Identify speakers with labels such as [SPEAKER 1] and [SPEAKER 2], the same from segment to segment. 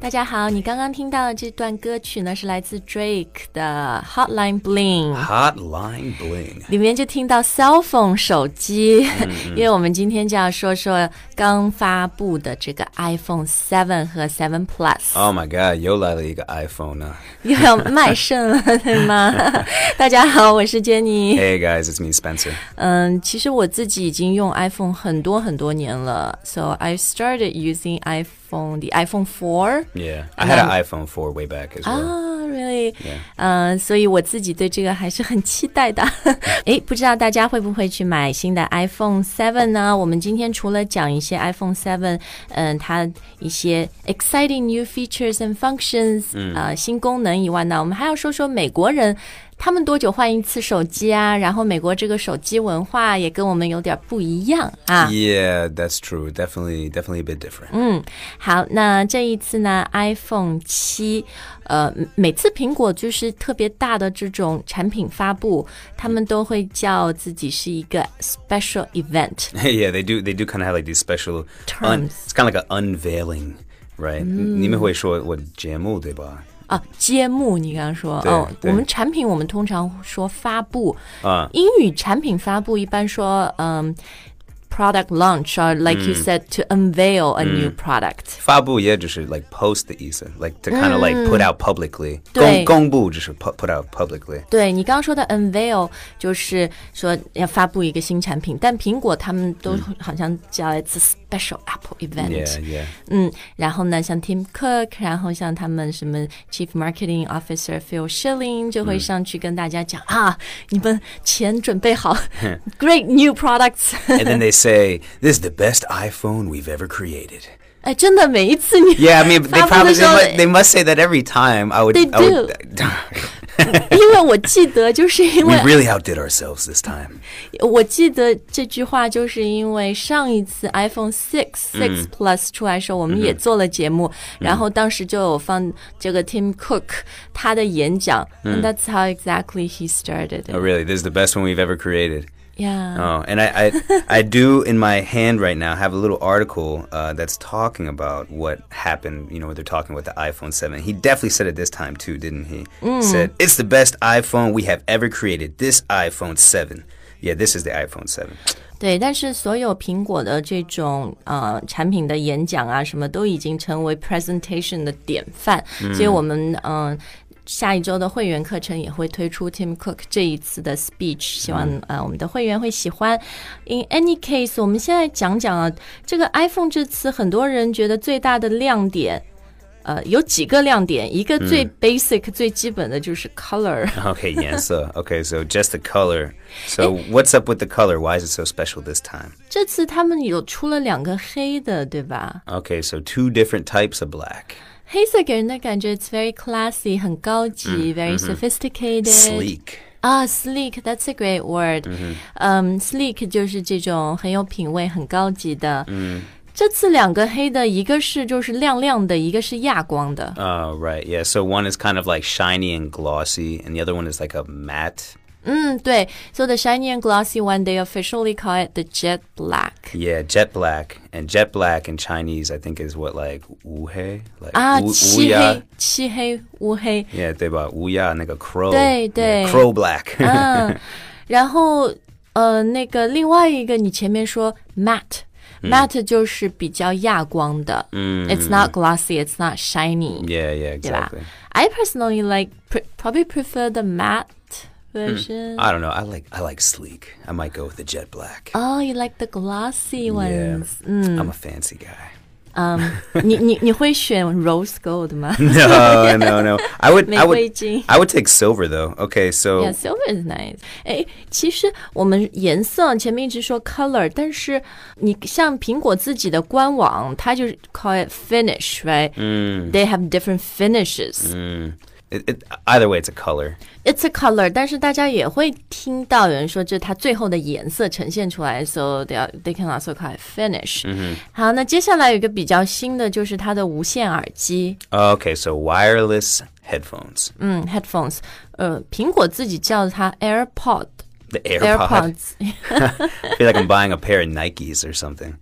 [SPEAKER 1] 大家好，你刚刚听到的这段歌曲呢，是来自 Drake 的 Hotline Bling。
[SPEAKER 2] Hotline Bling.
[SPEAKER 1] 里面就听到 cell phone 手机， 因为我们今天就要说说刚发布的这个 iPhone Seven 和 Seven Plus，、
[SPEAKER 2] Oh my God，又来了一个 iPhone 呢。
[SPEAKER 1] 又要卖肾了，对吗？大家好，我是 Jenny。
[SPEAKER 2] Hey guys, it's me Spencer.
[SPEAKER 1] 嗯，其实我自己已经用 iPhone 很多很多年了，so I started using iPhone the iPhone Four。
[SPEAKER 2] Yeah, I had an iPhone 4 way back as
[SPEAKER 1] 啊
[SPEAKER 2] well.
[SPEAKER 1] ，really？嗯，所以我自己对这个还是很期待的。 诶，不知道大家会不会去买新的 iPhone Seven 呢？我们今天除了讲一些 iPhone Seven，嗯，它一些 exciting new features and functions，呃，新功能以外呢，我们还要说说美国人。他们多久换一次手机啊？然后美国这个手机文化也跟我们有点不一样啊。
[SPEAKER 2] Yeah, that's true. Definitely, definitely a bit different.
[SPEAKER 1] Mm. 嗯好，那这一次呢，iPhone 七，呃，每次苹果就是特别大的这种产品发布，他们都会叫自己是一个 special event。
[SPEAKER 2] yeah, they do. They do kind of have like these special
[SPEAKER 1] Terms.
[SPEAKER 2] it's kind of like an unveiling, right? 你们会说我节目对吧？
[SPEAKER 1] 啊，揭幕，你刚刚说，
[SPEAKER 2] 对
[SPEAKER 1] 哦，
[SPEAKER 2] 对
[SPEAKER 1] 我们产品我们通常说发布，啊，英语产品发布一般说，嗯，product launch or like
[SPEAKER 2] Mm.
[SPEAKER 1] you said to unveil a new product，
[SPEAKER 2] 发布也只是 like post 的意思，like to kind of like put out publicly.
[SPEAKER 1] 对。
[SPEAKER 2] 公公布只是 put put out publicly.
[SPEAKER 1] 对你刚刚说的 unveil，就是说要发布一个新产品，但苹果他们都好像叫一次 special Apple event。
[SPEAKER 2] 嗯 Yeah, yeah.
[SPEAKER 1] 嗯，然后呢，像 Tim Cook，然后像他们什么 Chief Marketing Officer Phil Schilling 就
[SPEAKER 2] 嗯
[SPEAKER 1] 会上去跟大家讲、啊，你们钱准备 好，Great new products。
[SPEAKER 2] And then they say, "This is the best iPhone we've ever created."
[SPEAKER 1] 哎，真的每一次你
[SPEAKER 2] Yeah, I mean,
[SPEAKER 1] 发
[SPEAKER 2] they
[SPEAKER 1] 布
[SPEAKER 2] probably
[SPEAKER 1] 的时
[SPEAKER 2] they
[SPEAKER 1] 候，
[SPEAKER 2] must, they must say that every time. I would.
[SPEAKER 1] They
[SPEAKER 2] I would,
[SPEAKER 1] 因为我记得就是因
[SPEAKER 2] we
[SPEAKER 1] 为
[SPEAKER 2] really outdid ourselves this time.
[SPEAKER 1] 我记得这句话，就是因为上一次 iPhone Six、Six Plus 出来的时候，我们也做了节目，然后当时就有放这个 Tim Cook 他的演讲。And that's how exactly he started.
[SPEAKER 2] Oh,
[SPEAKER 1] It.
[SPEAKER 2] really? This is the best one we've ever created.
[SPEAKER 1] Yeah.
[SPEAKER 2] Oh, and I, I, I do in my hand right now have a little article uh, that's talking about what happened. You know, when they're talking about the iPhone Seven. He definitely said it this time too, didn't he? Said it's the best iPhone we have ever created. This iPhone Seven. Yeah, this is the iPhone Seven.
[SPEAKER 1] 对，但是所有苹果的这种呃产品的演讲啊，什么都已经成为 presentation 的典范，所以我们嗯。呃下一周的会员课程也会推出 Tim Cook 这一次的 speech，希望、呃我们的会员会喜欢。In any case，我们现在讲讲啊，这个 iPhone 这次很多人觉得最大的亮点，呃有几个亮点，一个最 basic、最基本的就是 color。
[SPEAKER 2] Okay, yeah. So okay, so just the color. So what's up with the color? Why is it so special this time?
[SPEAKER 1] 这次他们有出了两个黑的，对吧？
[SPEAKER 2] Okay, so two different types of black.
[SPEAKER 1] 黑色给人的感觉，it's very classy，很高级、v e r y sophisticated。
[SPEAKER 2] Sleek.
[SPEAKER 1] 啊、s l e e k t h a t s a great word。嗯、s l e e k 就是这种很有品味、很高级的。嗯，这次两个黑的，一个是就是亮亮的，一个是亚光的。
[SPEAKER 2] Oh, right. Yeah. So one is kind of like shiny and glossy, and the other one is like a matte.
[SPEAKER 1] 嗯，对。So the shiny and glossy one, they officially call it the jet black。
[SPEAKER 2] Yeah, jet black. And jet black in Chinese, I think, is what, like, wuhe? Like,
[SPEAKER 1] 啊，
[SPEAKER 2] wu-
[SPEAKER 1] 漆
[SPEAKER 2] wuya.
[SPEAKER 1] 黑、漆黑、乌黑。
[SPEAKER 2] Yeah, they bought wuya, like a crow.
[SPEAKER 1] 对，对。
[SPEAKER 2] Yeah, crow black.
[SPEAKER 1] 然后呃，那个另外一个，你前面说 matte。matte
[SPEAKER 2] 嗯
[SPEAKER 1] 就是比较亚光的，嗯，it's not glossy, it's not shiny，
[SPEAKER 2] yeah, yeah,
[SPEAKER 1] 对吧
[SPEAKER 2] 嗯 exactly.
[SPEAKER 1] ？I personally like pre- probably prefer the matte version.
[SPEAKER 2] 嗯 I don't know. I like I like sleek. I might go with the jet black.
[SPEAKER 1] Oh, you like the glossy
[SPEAKER 2] yeah.
[SPEAKER 1] ones.
[SPEAKER 2] I'm a fancy guy.
[SPEAKER 1] 你 你你会选 rose gold 吗
[SPEAKER 2] No, no, no. I would, I would,
[SPEAKER 1] 玫瑰金。
[SPEAKER 2] I would take silver though. Okay, so
[SPEAKER 1] Yeah, silver is nice. 哎，其实我们颜色前面一直说 color，但是你像苹果自己的官网，它就是 call it finish, right? 嗯，They 嗯 have different finishes.
[SPEAKER 2] it, it, either way, it's a color.
[SPEAKER 1] It's a color，但是大家也会听到有人说，这是它最后的颜色呈现出来，so they are, they can also call it finish. 嗯好，那接下来有一个比较新的，就是它的无线耳机。
[SPEAKER 2] Okay, so Oh, wireless headphones.
[SPEAKER 1] 嗯，headphones，呃，苹果自己叫它 AirPod。
[SPEAKER 2] The
[SPEAKER 1] Mm.
[SPEAKER 2] AirPod.
[SPEAKER 1] AirPods，
[SPEAKER 2] I feel like I'm buying a pair of Nikes or something.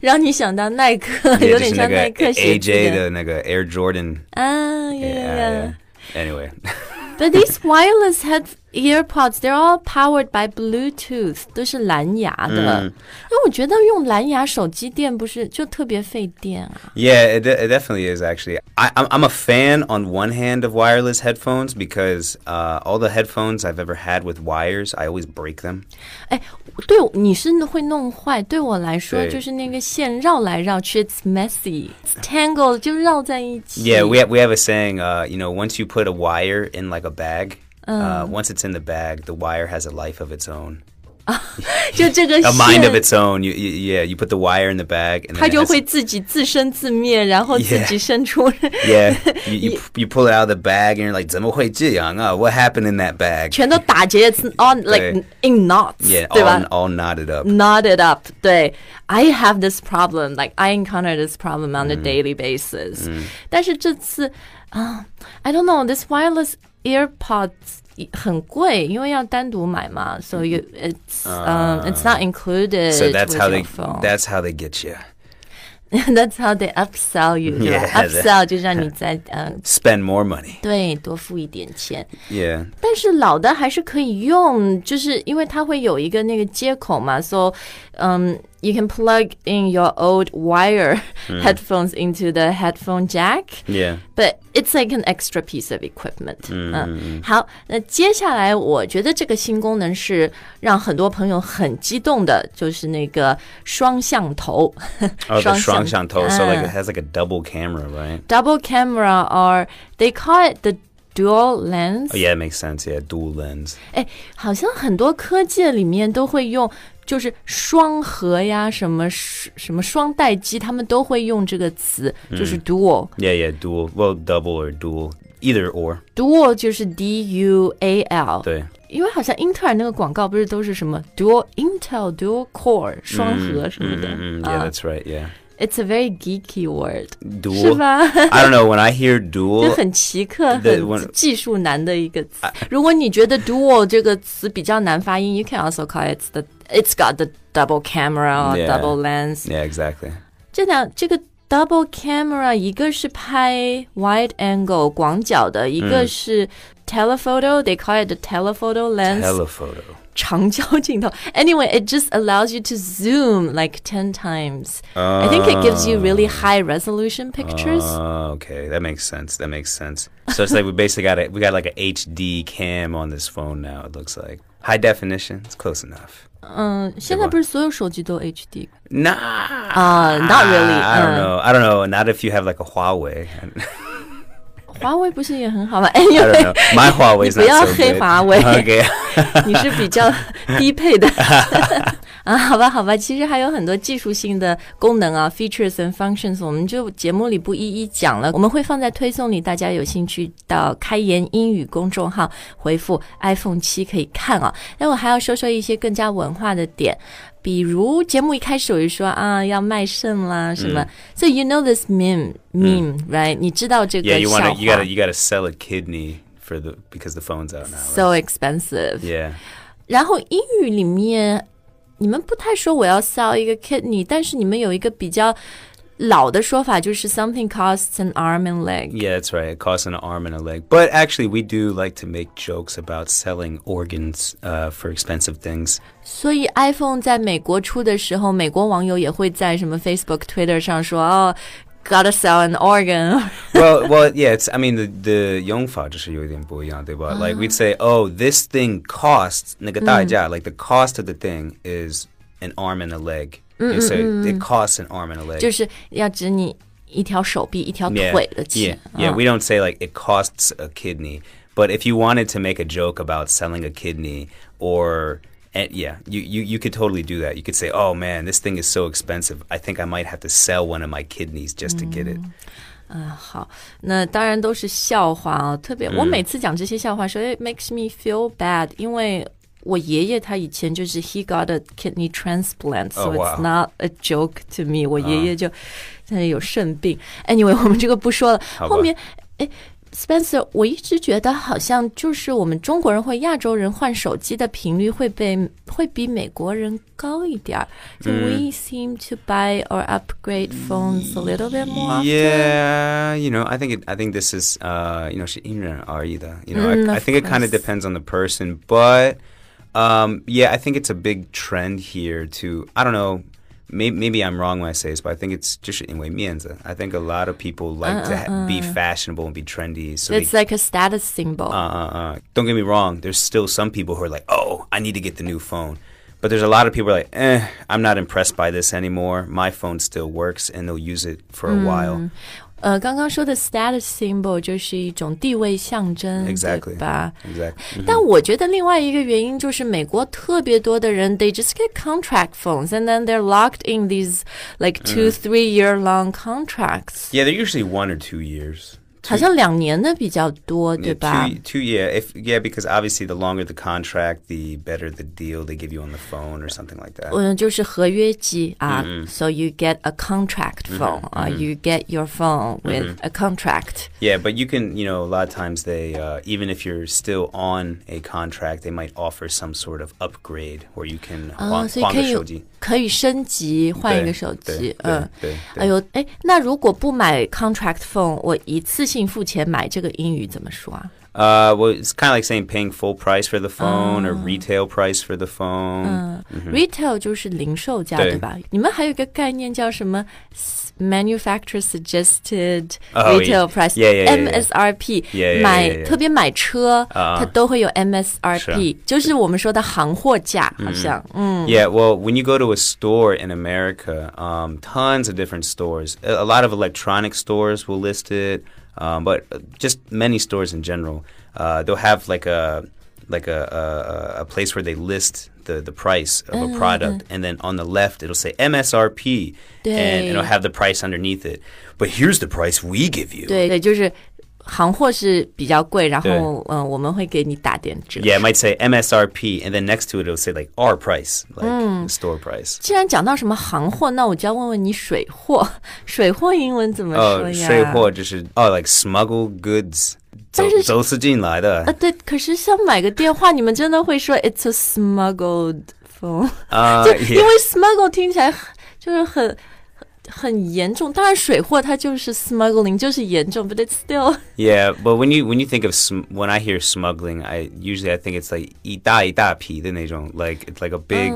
[SPEAKER 1] 让你想到耐克， 有点像耐克鞋子
[SPEAKER 2] AJ
[SPEAKER 1] 的
[SPEAKER 2] 的那个 Air Jordan.
[SPEAKER 1] 啊，yeah, yeah, yeah.
[SPEAKER 2] Yeah, yeah. Anyway,
[SPEAKER 1] But these wireless head earpods, they're all powered by Bluetooth，都是蓝牙的。那、我觉得用蓝牙手机电不是就特别费电啊？
[SPEAKER 2] yeah, it, de- it definitely is actually. I, I'm, I'm a fan on one hand of wireless headphones because uh, all the headphones I've ever had with wires, I always break them.
[SPEAKER 1] 哎，对，你是会弄坏。对我来说，
[SPEAKER 2] 对
[SPEAKER 1] 就是那个线绕来绕去，it's messy, it's tangled，就绕在一起。
[SPEAKER 2] Yeah, we have, we have a saying. Uh, you know, once you put a wire in like a bag, uh, once it's in the bag, the wire has a life of its own,
[SPEAKER 1] 就这个
[SPEAKER 2] a
[SPEAKER 1] 线，
[SPEAKER 2] mind of its own. You, you, yeah, you put the wire in the bag, and
[SPEAKER 1] 它
[SPEAKER 2] then it
[SPEAKER 1] 就
[SPEAKER 2] has-
[SPEAKER 1] 会自己自生自灭，然后自
[SPEAKER 2] Yeah
[SPEAKER 1] 己生出。
[SPEAKER 2] yeah, you, you, you pull it out of the bag, and you're like, "怎么会这样啊? oh, what happened in that bag?
[SPEAKER 1] 全都打结，it's on like
[SPEAKER 2] 对
[SPEAKER 1] in knots，
[SPEAKER 2] yeah,
[SPEAKER 1] 对吧
[SPEAKER 2] all, all knotted up.
[SPEAKER 1] knotted up. 对，I have this problem. Like I encounter this problem on a
[SPEAKER 2] Mm。
[SPEAKER 1] daily basis. 但是这次啊、i don't know. This wireless earpods 很贵，因为要单独买嘛，so you it's um it's not included.
[SPEAKER 2] Ah。 So that's
[SPEAKER 1] with
[SPEAKER 2] how
[SPEAKER 1] your
[SPEAKER 2] they
[SPEAKER 1] phone.
[SPEAKER 2] that's how they get you.
[SPEAKER 1] that's how they upsell you.
[SPEAKER 2] Yeah,
[SPEAKER 1] Yeah, upsell 就让你再嗯。
[SPEAKER 2] Spend more money.
[SPEAKER 1] 对，多付一点钱，
[SPEAKER 2] Yeah.
[SPEAKER 1] 但是老的还是可以用，就是因为它会有一个那个接口嘛，so，嗯、y o u can plug in your old wire
[SPEAKER 2] Hmm.
[SPEAKER 1] headphones into the headphone jack。
[SPEAKER 2] Yeah.
[SPEAKER 1] But it's like an extra piece of equipment. 嗯
[SPEAKER 2] Hmm.
[SPEAKER 1] 好，那接下来我觉得这个新功能是让很多朋友很激动的，就是那个双向头。
[SPEAKER 2] Oh, the
[SPEAKER 1] 双向-
[SPEAKER 2] shuang So like
[SPEAKER 1] Ah.
[SPEAKER 2] it has like a double camera, right?
[SPEAKER 1] double camera or they call it the dual lens.
[SPEAKER 2] Oh, yeah, it makes sense. Yeah, dual lens.
[SPEAKER 1] 哎，好像很多科技里面都会用，就是双核呀，什么双什么双待机，他们都会用这个词，就是 dual。
[SPEAKER 2] Yeah, yeah, dual. Well, double or dual, either or.
[SPEAKER 1] dual 就是 D U A L，
[SPEAKER 2] 对。
[SPEAKER 1] 因为好像英特尔那个广告不是都是什么 dual Intel dual core 双核什么的
[SPEAKER 2] Mm, yeah,
[SPEAKER 1] 啊
[SPEAKER 2] that's right. Yeah.
[SPEAKER 1] ，It's a very geeky word，是
[SPEAKER 2] Dual.
[SPEAKER 1] 吧？
[SPEAKER 2] I don't know. When I hear
[SPEAKER 1] 就
[SPEAKER 2] dual,
[SPEAKER 1] 很奇特、
[SPEAKER 2] 对我
[SPEAKER 1] 很技术难的一个词。如果你觉得 dual 这个词比较难发音，you can also call it the it's got the double camera or
[SPEAKER 2] Yeah.
[SPEAKER 1] double lens。
[SPEAKER 2] yeah, exactly.
[SPEAKER 1] 这两这个 double camera 一个是拍 wide angle 广角的，一个是 telephoto，they call it the telephoto lens
[SPEAKER 2] Telephoto.
[SPEAKER 1] 长焦镜头。Anyway, it just allows you to zoom like ten times. I think it gives you really
[SPEAKER 2] Ah。
[SPEAKER 1] high resolution pictures.
[SPEAKER 2] Oh, okay, that makes sense. That makes sense. So it's like we basically got a we got like a HD cam on this phone now. It looks like high definition. It's close enough.
[SPEAKER 1] 嗯，现在不是所有手机都 HD
[SPEAKER 2] Nah,
[SPEAKER 1] Uh, not really,
[SPEAKER 2] 哎 I don't
[SPEAKER 1] uh.
[SPEAKER 2] know. I don't know. Not if you have like a Huawei. I
[SPEAKER 1] 华为不是也很好吗？哎，因
[SPEAKER 2] don't know.
[SPEAKER 1] 为
[SPEAKER 2] My Huawei's
[SPEAKER 1] You
[SPEAKER 2] not
[SPEAKER 1] 不要
[SPEAKER 2] so
[SPEAKER 1] 黑
[SPEAKER 2] good.
[SPEAKER 1] 华为。
[SPEAKER 2] Okay.
[SPEAKER 1] 你是比 较低配的啊，好吧，好吧，其实还有很多技术性的功能啊，features and functions，我们就节目里不一一讲了，我们会放在推送里，大家有兴趣到开言英语公众号回复 iPhone 七可以看啊。那我还要说说一些更加文化的点。比如节目一开始我就说啊要卖肾啦什
[SPEAKER 2] 嗯
[SPEAKER 1] 么、s o you know this meme meme、right？你知道这个
[SPEAKER 2] Yeah, you
[SPEAKER 1] 笑话
[SPEAKER 2] want to 嗯 you gotta you gotta sell a kidney for the because the phone's out now. Right?
[SPEAKER 1] so expensive，
[SPEAKER 2] Yeah.
[SPEAKER 1] 然后英语里面，你们不太说我要 sell 一个 kidney，但是你们有一个比较老的说法，就是 something costs an arm and leg。
[SPEAKER 2] Yeah, that's right. It costs an arm and a leg. But actually, we do like to make jokes about selling organs uh, for expensive things.
[SPEAKER 1] 所以 iPhone 在美国出的时候，美国网友也会在什么 Facebook、Twitter 上说哦。Gotta sell an organ，
[SPEAKER 2] well, well, yeah. It's I mean the the 用法就是有一点不一样，对吧？Like we'd say, oh, this thing costs 那个代价, like the cost of the thing is an arm and a leg. And so it costs an arm and a leg.
[SPEAKER 1] 就是要指你一条手臂、一条
[SPEAKER 2] yeah,
[SPEAKER 1] 腿的
[SPEAKER 2] yeah,
[SPEAKER 1] 钱。
[SPEAKER 2] yeah.
[SPEAKER 1] 嗯
[SPEAKER 2] We don't say like it costs a kidney, but if you wanted to make a joke about selling a kidney or and yeah, you, you, you could totally do that. You could say, "Oh man, this thing is so expensive. I think I might have to sell one of my kidneys just to get it."
[SPEAKER 1] 好，那当然都是笑话啊。特别，我每次讲这些笑话说，it makes me feel bad，因为我爷爷他以前就是 he got a kidney transplant，so、
[SPEAKER 2] Oh,
[SPEAKER 1] it's
[SPEAKER 2] wow.
[SPEAKER 1] not a joke to me。我爷爷就现在有肾病。Anyway，我们这个不说了。
[SPEAKER 2] 好吧
[SPEAKER 1] 后面，哎， Spencer，我一直觉得好像就是我们中国人或亚洲人换手机的频率会被会比美国人高一点儿。So we seem to buy or upgrade phones a little bit more. often.
[SPEAKER 2] Yeah, you know, I think it, I think this is uh, you know, she Imran are either. You know,
[SPEAKER 1] Mm,
[SPEAKER 2] I, I
[SPEAKER 1] of
[SPEAKER 2] think it kind of
[SPEAKER 1] course.
[SPEAKER 2] depends on the person, but um, yeah, I think it's a big trend here to I don't know. Maybe, maybe I'm wrong when I say this, but I think it's just in way mienza. I think a lot of people like to ha- be fashionable and be trendy. So they
[SPEAKER 1] Uh, It's like a status symbol.
[SPEAKER 2] uh, uh, uh, don't get me wrong. There's still some people who are like, oh, I need to get the new phone. But there's a lot of people who are like, eh, I'm not impressed by this anymore. My phone still works, and they'll use it for a
[SPEAKER 1] Hmm.
[SPEAKER 2] while.
[SPEAKER 1] 呃，Uh, 刚刚说的 status symbol 就是一种地位象征
[SPEAKER 2] Exactly.
[SPEAKER 1] 对吧？
[SPEAKER 2] Exactly. Mhm.
[SPEAKER 1] 但我觉得另外一个原因就是美国特别多的人，they just get contract phones and then they're locked in these like
[SPEAKER 2] Mm.
[SPEAKER 1] two、three year long contracts，
[SPEAKER 2] Yeah, they're usually one or two years.
[SPEAKER 1] 好像两年的比较多，对
[SPEAKER 2] Yeah,
[SPEAKER 1] 吧
[SPEAKER 2] two, two yeah, if yeah, because obviously the longer the contract, the better the deal they give you on the phone or something like that.
[SPEAKER 1] 嗯，就是合约机啊、s
[SPEAKER 2] Mm-hmm。
[SPEAKER 1] o you get a contract phone 啊、y o u get your phone with
[SPEAKER 2] Mm-hmm。
[SPEAKER 1] a contract。
[SPEAKER 2] Yeah, but you can, you know, a lot of times they, uh, even if you're still on a contract, they might offer some sort of upgrade where Oh, you can
[SPEAKER 1] 啊，
[SPEAKER 2] 换
[SPEAKER 1] 所以可
[SPEAKER 2] 换个手
[SPEAKER 1] 以
[SPEAKER 2] 机
[SPEAKER 1] 可以升级换一个
[SPEAKER 2] 对
[SPEAKER 1] 手
[SPEAKER 2] 对
[SPEAKER 1] 机
[SPEAKER 2] 对，
[SPEAKER 1] 嗯
[SPEAKER 2] 对，对
[SPEAKER 1] 哎呦，哎，那如果不买 contract phone，我一次性付钱买这个英语怎么说啊？
[SPEAKER 2] Uh, well, it's kind of like saying paying full price for the phone or retail price for the phone.
[SPEAKER 1] Retail 就是零售价，
[SPEAKER 2] 嗯对
[SPEAKER 1] 对吧？你们还有一个概念叫什么 s- manufacturer suggested
[SPEAKER 2] 哦
[SPEAKER 1] retail
[SPEAKER 2] yeah, yeah, yeah, yeah, yeah.
[SPEAKER 1] price（MSRP）。买
[SPEAKER 2] yeah, yeah, yeah.
[SPEAKER 1] 特别买车，
[SPEAKER 2] 啊
[SPEAKER 1] 它都会有 MSRP，
[SPEAKER 2] 是啊
[SPEAKER 1] 就是我们说的行货价，好像嗯。
[SPEAKER 2] Yeah, well, when you go to a store in America, um, tons of different stores. A, a lot of electronic stores will list it, um, but uh, just many stores in general. Uh, they'll have like a like a, a, a place where they list the, the price of a product, and then on the left it'll say MSRP, and it'll
[SPEAKER 1] Dang.
[SPEAKER 2] have the price underneath it. But here's the price we give you.
[SPEAKER 1] 对对，就是行货是比较贵，然
[SPEAKER 2] 对
[SPEAKER 1] 后嗯、呃我们会给你打点折。
[SPEAKER 2] Yeah, it might say MSRP, and then next to it, it'll say like our price, like the store price.
[SPEAKER 1] 既然讲到什么行货，那我就要问问你水货， 水货英文怎么说
[SPEAKER 2] Oh,
[SPEAKER 1] 呀？
[SPEAKER 2] 水货就是- oh, like smuggle goods.
[SPEAKER 1] uh, 但是-
[SPEAKER 2] 走-走私进来的。
[SPEAKER 1] 啊，对，可是像买个电话，你们真的会说 it's a smuggled phone，、
[SPEAKER 2] 啊
[SPEAKER 1] 就
[SPEAKER 2] yeah
[SPEAKER 1] 因为 smuggle 听起来很就是很很很严重。当然，水货它就是 smuggling，就是严重，but it's still
[SPEAKER 2] Yeah, but when you when you think of sm- when I hear smuggling, I usually I think it's like 一大一大批的那种, like it's like a big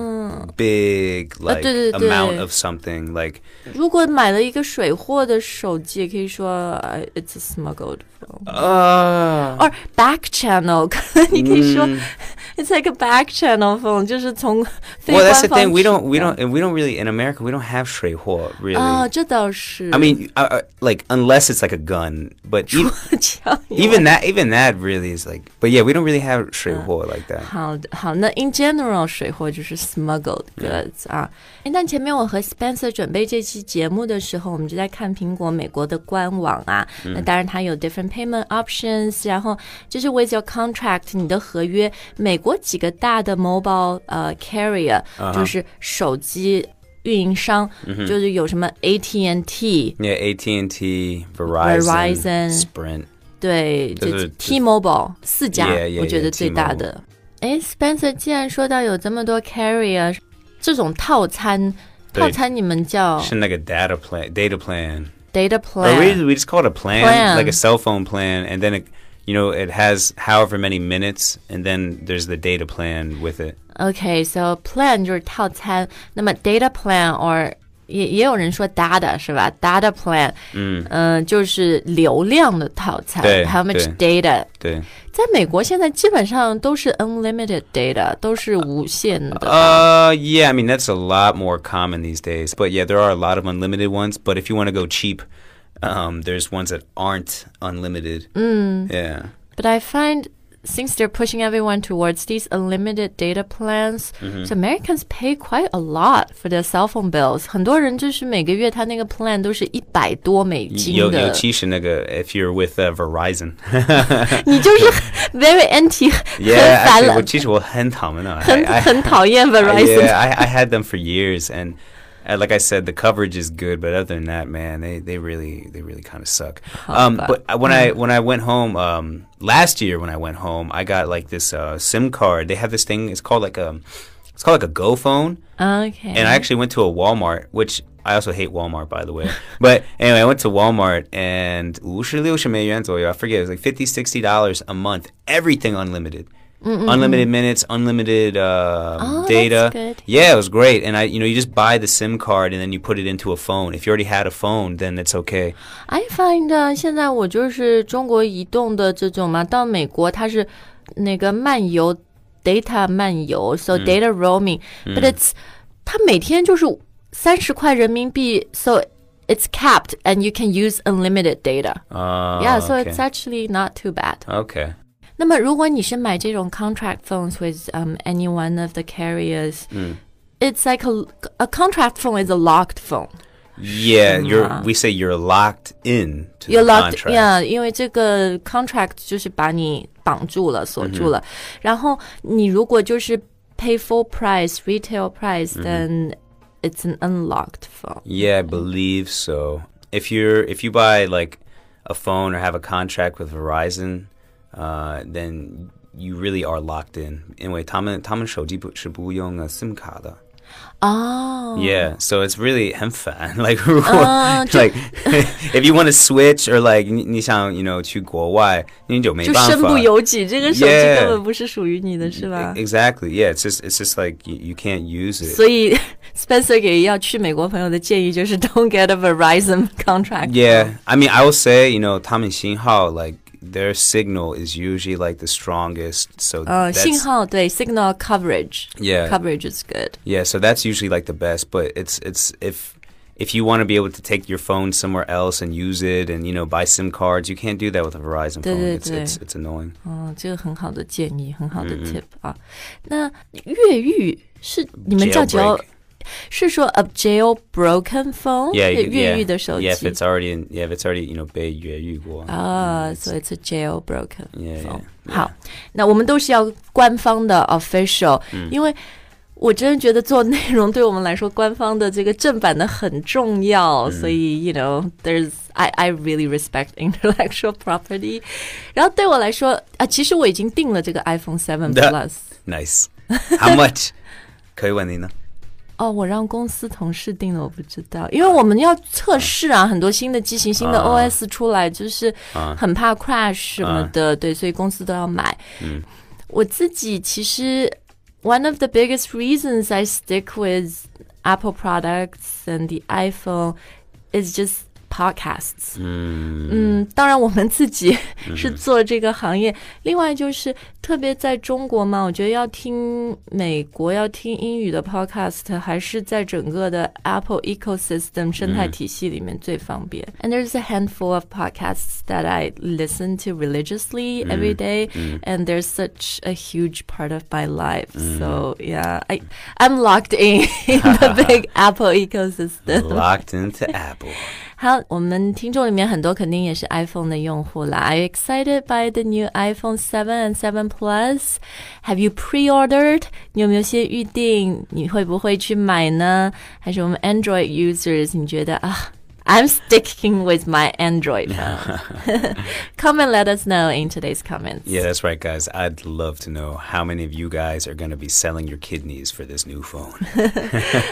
[SPEAKER 2] big like
[SPEAKER 1] 对，对，对。
[SPEAKER 2] amount of something like
[SPEAKER 1] 如果买了一个水货的手机，也可以说呃 it's a smuggled phone。
[SPEAKER 2] 啊 uh,
[SPEAKER 1] or back channel，可 能你可以说、it's
[SPEAKER 2] 嗯
[SPEAKER 1] like a back channel phone，就是从非
[SPEAKER 2] Well,
[SPEAKER 1] 官
[SPEAKER 2] that's
[SPEAKER 1] 方
[SPEAKER 2] the thing. We don't we
[SPEAKER 1] 渠道
[SPEAKER 2] don't and we don't really in America we don't have 水货 really.
[SPEAKER 1] 啊，这倒是。
[SPEAKER 2] I mean, uh, uh, like unless it's like a gun, but you,
[SPEAKER 1] 这样啊
[SPEAKER 2] even that even that really is like but yeah we don't really have shui like that
[SPEAKER 1] 好的好，那 in general 水货就是 smuggled goods 啊。哎，但前面我和 Spencer 准备这期节目的时候，我们就在看苹果美国的官网啊。
[SPEAKER 2] 嗯
[SPEAKER 1] 那当然它有 different payment options，然后就是 with your contract 你的合约，美国几个大的 mobile 呃 carrier
[SPEAKER 2] 啊
[SPEAKER 1] 就是手机。运营商、
[SPEAKER 2] 嗯
[SPEAKER 1] 就是有什么 AT&T，
[SPEAKER 2] yeah at&t verizon,
[SPEAKER 1] Verizon.
[SPEAKER 2] sprint
[SPEAKER 1] 对，
[SPEAKER 2] 就
[SPEAKER 1] 就是 T-Mobile 四家
[SPEAKER 2] Yeah, yeah,
[SPEAKER 1] 我觉
[SPEAKER 2] yeah,
[SPEAKER 1] 得最大的。哎，Spencer，既然说到有这么多 carrier，这种套餐，
[SPEAKER 2] 对
[SPEAKER 1] 套餐你们叫
[SPEAKER 2] shouldn't like a data plan data plan
[SPEAKER 1] data
[SPEAKER 2] or
[SPEAKER 1] plan，
[SPEAKER 2] we, we just call it a plan,
[SPEAKER 1] Plan.
[SPEAKER 2] like a cell phone plan and then it you know it has however many minutes and then there's the data plan with it
[SPEAKER 1] OK，so、plan 就是套餐，那么 data plan or 也也有人说 data 是吧？data plan，嗯就是流量的套餐
[SPEAKER 2] 对
[SPEAKER 1] ，how much
[SPEAKER 2] 对
[SPEAKER 1] data？
[SPEAKER 2] 对。
[SPEAKER 1] 在美国现在基本上都是 unlimited data，都是无限的。
[SPEAKER 2] uh yeah i mean that's a lot more common these days but yeah there are a lot of unlimited ones but if you want to go cheap um there's ones that aren't unlimited
[SPEAKER 1] Mm.
[SPEAKER 2] yeah
[SPEAKER 1] But I find since they're pushing everyone towards these unlimited data plans,
[SPEAKER 2] Mm-hmm.
[SPEAKER 1] so Americans pay quite a lot for their cell phone bills. 很多人就是每个月他那个 plan 都是一百多美金
[SPEAKER 2] 尤尤
[SPEAKER 1] 的，
[SPEAKER 2] 其是那个，if you're with、uh, Verizon，
[SPEAKER 1] 你就是 very anti，很
[SPEAKER 2] yeah，
[SPEAKER 1] 烦
[SPEAKER 2] actually，
[SPEAKER 1] 了
[SPEAKER 2] 我，其实我很讨厌啊，
[SPEAKER 1] 很
[SPEAKER 2] I- I-
[SPEAKER 1] 很讨厌
[SPEAKER 2] I-
[SPEAKER 1] Verizon。
[SPEAKER 2] Yeah, I, I had them for years, and uh, like I said, the coverage is good, but other than that, man, they, they really they really kind of suck.
[SPEAKER 1] How
[SPEAKER 2] Um,
[SPEAKER 1] about-
[SPEAKER 2] but I- when I when I went home um, last year, when I went home, I got like this uh, SIM card. They have this thing. It's called like a it's called like a Go phone.
[SPEAKER 1] Okay.
[SPEAKER 2] And I actually went to a Walmart, which I also hate Walmart, by the way. but anyway, I went to Walmart and 五十六十美元左右, I forget, it was like 50 $60 dollars a month. Everything unlimited. Unlimited minutes, unlimited um,
[SPEAKER 1] Oh,
[SPEAKER 2] data.
[SPEAKER 1] that's good.
[SPEAKER 2] Yeah, it was great. And I, you know, you just buy the SIM card and then you put it into a phone. If you already had a phone, then it's okay.
[SPEAKER 1] I find 啊现在我就是中国移动的这种嘛，到美国它是那个漫游 data 漫游，so data roaming，but、it's 它每天就是三十块人民币，so it's capped and you can use unlimited data。
[SPEAKER 2] Uh,
[SPEAKER 1] Yeah, so
[SPEAKER 2] okay.
[SPEAKER 1] it's actually not too bad.
[SPEAKER 2] okay.
[SPEAKER 1] 那么如果你是买这种 contract phones with um any one of the carriers，it's like a a contract phone is a locked phone.
[SPEAKER 2] Yeah, you're. We say you're locked in to
[SPEAKER 1] You're
[SPEAKER 2] the
[SPEAKER 1] locked,
[SPEAKER 2] contract.
[SPEAKER 1] yeah，因为这个 contract 就是把你绑住了、锁住了。然后你如果就是 pay full price, retail price, then it's an unlocked phone.
[SPEAKER 2] Yeah, I believe so. If you're if you buy like a phone or have a contract with Verizon, uh, then you really are locked in. Anyway, uh, 他们他们手机不是不用
[SPEAKER 1] 哦、
[SPEAKER 2] Yeah, so it's really 很烦. Like 如果、
[SPEAKER 1] 啊，就-
[SPEAKER 2] like if you want to switch or like 你你想 you know
[SPEAKER 1] 就身不
[SPEAKER 2] 去国外，你就没办法。
[SPEAKER 1] 由己，这个手机
[SPEAKER 2] Yeah
[SPEAKER 1] 根本不是属于你的，是吧
[SPEAKER 2] E, Exactly. Yeah, it's just it's just like you, you can't use it.
[SPEAKER 1] 所以 Spencer 给要去美国朋友的建议就是 Don't get a Verizon contract.
[SPEAKER 2] Yeah, I mean, I will say, you know, Tom and Xinhao, like their signal is usually like the strongest. So
[SPEAKER 1] 呃，
[SPEAKER 2] that's-
[SPEAKER 1] 信号对 signal coverage
[SPEAKER 2] Yeah.
[SPEAKER 1] coverage is good.
[SPEAKER 2] yeah, so that's usually like the best. But it's it's if if you want to be able to take your phone somewhere else and use it, and you know, buy SIM cards, you can't do that with a Verizon phone. It's it's it's annoying.
[SPEAKER 1] 哦，这个很好的建议，很好的
[SPEAKER 2] 嗯
[SPEAKER 1] tip 啊。那越狱是你们叫 jail，
[SPEAKER 2] Jailbreak.
[SPEAKER 1] 是说 a jailbroken phone？
[SPEAKER 2] Yeah,
[SPEAKER 1] 是
[SPEAKER 2] you,
[SPEAKER 1] 越
[SPEAKER 2] yeah,
[SPEAKER 1] 狱的手
[SPEAKER 2] yeah. If
[SPEAKER 1] 机
[SPEAKER 2] it's already in, yeah, if it's already you know, 被越狱过.
[SPEAKER 1] 啊，so Ah, it's a jailbroken
[SPEAKER 2] Yeah,
[SPEAKER 1] phone
[SPEAKER 2] yeah,。
[SPEAKER 1] 好，那我们都是要官方的 official，因
[SPEAKER 2] 嗯
[SPEAKER 1] 为。我真的觉得做内容对我们来说，官方的这个正版的很重要，
[SPEAKER 2] 嗯
[SPEAKER 1] 所以 you know there's I I really respect intellectual property。然后对我来说啊，其实我已经订了这个 iPhone 7
[SPEAKER 2] 那
[SPEAKER 1] Plus，
[SPEAKER 2] nice. How much? 可以问您呢？
[SPEAKER 1] 哦，我让公司同事定的，我不知道，因为我们要测试啊，很多新的机型、新的
[SPEAKER 2] 啊
[SPEAKER 1] OS 出来，就是
[SPEAKER 2] 啊
[SPEAKER 1] 很怕 crash 什么
[SPEAKER 2] 啊嗯
[SPEAKER 1] 的，对，所以公司都要买。我自己其实 one of the biggest reasons I stick with Apple products and the iPhone is just podcasts。嗯，当然我们自己是做这个行业，另外就是特别在中国嘛，我觉得要听美国要听英语的 podcast，还是在整个的 Apple ecosystem 生态体系里面最方便。And there's a handful of podcasts that I listen to religiously every day, and they're such a huge part of my life. So yeah, I I'm locked in in the big Apple ecosystem.
[SPEAKER 2] Locked into Apple.
[SPEAKER 1] 好，我们听众里面很多肯定也是 iPhone 的用户啦。Are you excited by the new iPhone 7 and 7 Plus? Have you pre-ordered? 你有没有先预定？你会不会去买呢？还是我们 Android users，你觉得啊？I'm sticking with my Android. phone. comment let us know in today's comments.
[SPEAKER 2] Yeah, that's right, guys. I'd love to know how many of you guys are going to be selling your kidneys for this new phone.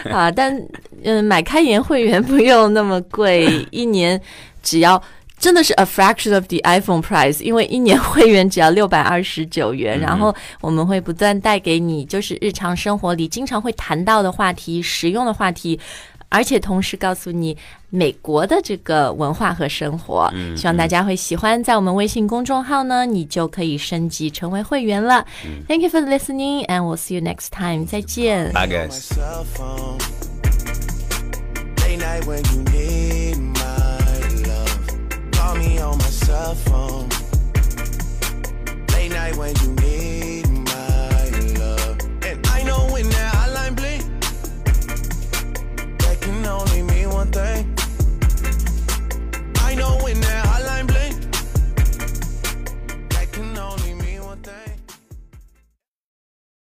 [SPEAKER 1] 啊，但嗯，买开源会员不用那么贵，一年只要真的是 a fraction of the iPhone price，因为一年会员只要六百二十九元，然后我们会不断带给你就是日常生活里经常会谈到的话题、实用的话题。而且同时告诉你美国的这个文化和生活，希望大家会喜欢。在我们微信公众号呢，你就可以升级成为会员了。Thank you for listening, and we'll see you next time. 再见。
[SPEAKER 2] Bye,
[SPEAKER 3] on my
[SPEAKER 2] guys.
[SPEAKER 3] cell phone. Late night when you need my love. Call me on my cell phone. Late night when you